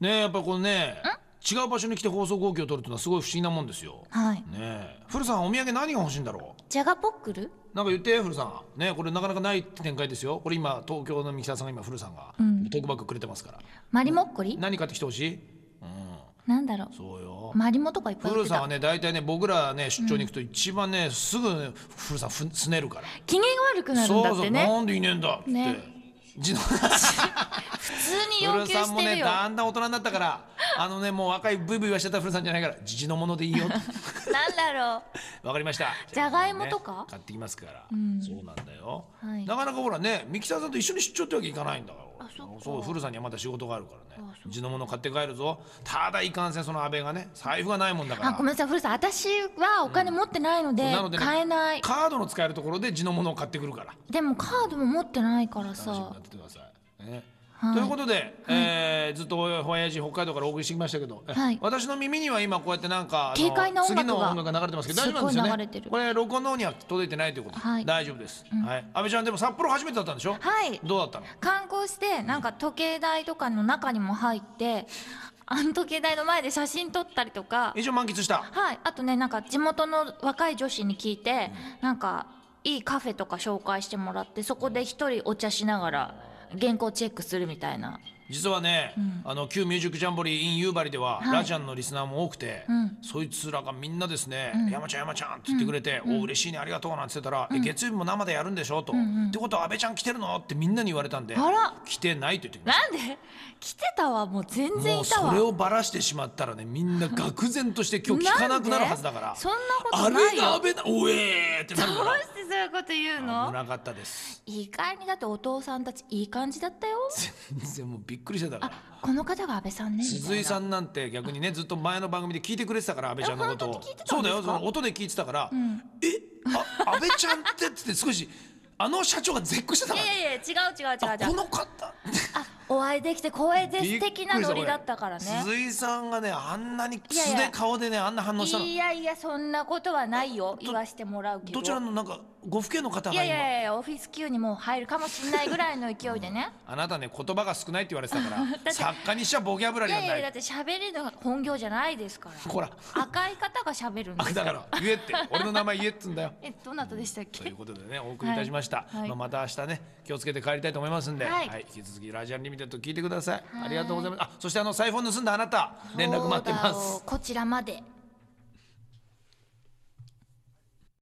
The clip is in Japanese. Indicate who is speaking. Speaker 1: ねえやっぱこのね違う場所に来て放送号泣を取るってのはすごい不思議なもんですよ
Speaker 2: はい
Speaker 1: ねえ古さんお土産何が欲しいんだろ
Speaker 2: ジャガポックル
Speaker 1: うなんか言って古さんねえこれなかなかない展開ですよこれ今東京の三木田さんが今古さんが、
Speaker 2: うん
Speaker 1: トークバッグくれてますから
Speaker 2: マリモッコリ
Speaker 1: 何買ってきてほしいうん
Speaker 2: なんだろ
Speaker 1: そうよ
Speaker 2: うマリモとかいっぱい売っ
Speaker 1: 古
Speaker 2: て
Speaker 1: さんは
Speaker 2: た
Speaker 1: ね大体ね僕らね出張に行くと一番ね、すぐね古さんふんすねるから
Speaker 2: 機嫌が悪くなるん
Speaker 1: そ
Speaker 2: だ
Speaker 1: う
Speaker 2: っ
Speaker 1: そう
Speaker 2: てね
Speaker 1: なんでいねえんだっつって、
Speaker 2: ね
Speaker 1: 自動
Speaker 2: 普通に要
Speaker 1: 古
Speaker 2: 求
Speaker 1: さん
Speaker 2: し
Speaker 1: も
Speaker 2: て る
Speaker 1: ね
Speaker 2: よ
Speaker 1: だんだん大人になったからあのねもう若いブイブイはしてた古さんじゃないからじじのものでいいよ
Speaker 2: なんだろ
Speaker 1: わかりました
Speaker 2: じゃがいもとか
Speaker 1: ね買ってきますから、
Speaker 2: ん
Speaker 1: そうなんだよ、
Speaker 2: はい
Speaker 1: なかなかほらね三木沢さんと一緒に出張ってわけいかないんだから
Speaker 2: あそっか
Speaker 1: う古さんにはまだ仕事があるからね
Speaker 2: あそっか
Speaker 1: 地のもの買って帰るぞただいかんせんその安倍がね財布がないもんだから
Speaker 2: あごめんなさい古さん私はお金持ってないので
Speaker 1: なのでね
Speaker 2: 買えない
Speaker 1: カードの使えるところで地のものを買ってくるから
Speaker 2: でもカードも持ってないから
Speaker 1: 楽しみにな
Speaker 2: さ
Speaker 1: っててください。ね
Speaker 2: はい
Speaker 1: ということで、えーずっとホワイヤジ北海道からお送りしてきましたけど、え
Speaker 2: はい
Speaker 1: 私の耳には今こうやってなんかあの
Speaker 2: 軽快な音楽が
Speaker 1: 次の音楽が流れてますけど大丈夫なんですよ
Speaker 2: す
Speaker 1: ね
Speaker 2: っごい流れてる
Speaker 1: これ録音の方には届いてないということで、
Speaker 2: はい
Speaker 1: 大丈夫です、はい、安倍ちゃんでも札幌初めてだったんでしょ
Speaker 2: はい
Speaker 1: どうだったの
Speaker 2: 観光してなんか時計台とかの中にも入ってあの時計台の前で写真撮ったりとか
Speaker 1: 一応満喫した
Speaker 2: はいあとねなんか地元の若い女子に聞いてなんかいいカフェとか紹介してもらってそこで一人お茶しながら原稿チェックするみたいな
Speaker 1: 実はね、あの旧ミュージックジャンボリー in 夕張では、
Speaker 2: はい
Speaker 1: ラジャンのリスナーも多くて、
Speaker 2: ん
Speaker 1: そいつらがみんなですね「山ちゃん山ちゃん」って言ってくれて「お嬉しいねありがとう」なんて言ってたら、え月曜日も生でやるんでしょ?」と、ってことは安倍ちゃん来てるの?」ってみんなに言われたんで
Speaker 2: あら
Speaker 1: 来てない」と言ってきまし
Speaker 2: なんで来てたわもう全
Speaker 1: た
Speaker 2: 然
Speaker 1: も
Speaker 2: いうたわ
Speaker 1: それをばらしてしまったらねみんな愕然として今日聞かなくなるはずだか
Speaker 2: ん
Speaker 1: ら
Speaker 2: でそんなこと
Speaker 1: あ
Speaker 2: ない
Speaker 1: れ
Speaker 2: よ
Speaker 1: だ安倍だおえーってなる
Speaker 2: ど
Speaker 1: か
Speaker 2: う
Speaker 1: ら
Speaker 2: してそういうこと言う
Speaker 1: 危
Speaker 2: の
Speaker 1: なかったです
Speaker 2: 意外にだってお父さんたちいい感じだったよ
Speaker 1: 全然もうびっくりしてたから。
Speaker 2: この方が安倍さんねみたいな
Speaker 1: 鈴井さんなんて逆にねずっと前の番組で聞いてくれてたから安倍ちゃんのこと
Speaker 2: え
Speaker 1: を
Speaker 2: 本当に聞いてた
Speaker 1: そうん
Speaker 2: で
Speaker 1: だ
Speaker 2: すか
Speaker 1: よその音で聞いてたから「
Speaker 2: ん
Speaker 1: えあ安倍ちゃんって」っつって少しあの社長が絶句してた
Speaker 2: い
Speaker 1: か
Speaker 2: や
Speaker 1: ら
Speaker 2: いやいや違う違う違
Speaker 1: あ
Speaker 2: う違
Speaker 1: こ
Speaker 2: う
Speaker 1: の方
Speaker 2: あお会いできて光栄で
Speaker 1: び
Speaker 2: す
Speaker 1: っくり
Speaker 2: 的な
Speaker 1: した
Speaker 2: ノリだったからね
Speaker 1: 俺鈴井さんがねあんなに
Speaker 2: いやい
Speaker 1: 素
Speaker 2: や
Speaker 1: で顔でねあんな反応したの
Speaker 2: いやいやそんなことはないよ言わしてもらうけど
Speaker 1: どちらのなんかご父兄の方
Speaker 2: い
Speaker 1: が
Speaker 2: やい
Speaker 1: 今
Speaker 2: やいやオフィス級にもう入るかもしれないぐらいの勢いでね
Speaker 1: あなたね言葉が少ないって言われてたから作家にしちゃボキャブラ
Speaker 2: い
Speaker 1: リー
Speaker 2: や
Speaker 1: が
Speaker 2: いや
Speaker 1: ない
Speaker 2: やだ
Speaker 1: い
Speaker 2: って喋りの本業じゃないですから
Speaker 1: ほら
Speaker 2: 赤い方が喋るんで
Speaker 1: あ
Speaker 2: す
Speaker 1: だから言えって俺の名前言えっつんだよ
Speaker 2: えどなたでしたっ
Speaker 1: とい
Speaker 2: け
Speaker 1: うことでねお送りいたしました、
Speaker 2: はいはい
Speaker 1: まあ、また明日ね気をつけて帰りたいと思いますんで、
Speaker 2: は
Speaker 1: はいい引き続きラジアンリミテッド聞いてください
Speaker 2: はい
Speaker 1: ありがとうございますあそしてあの財布を盗んだあなた連絡待ってま
Speaker 2: そうだよ
Speaker 1: す
Speaker 2: こちらまで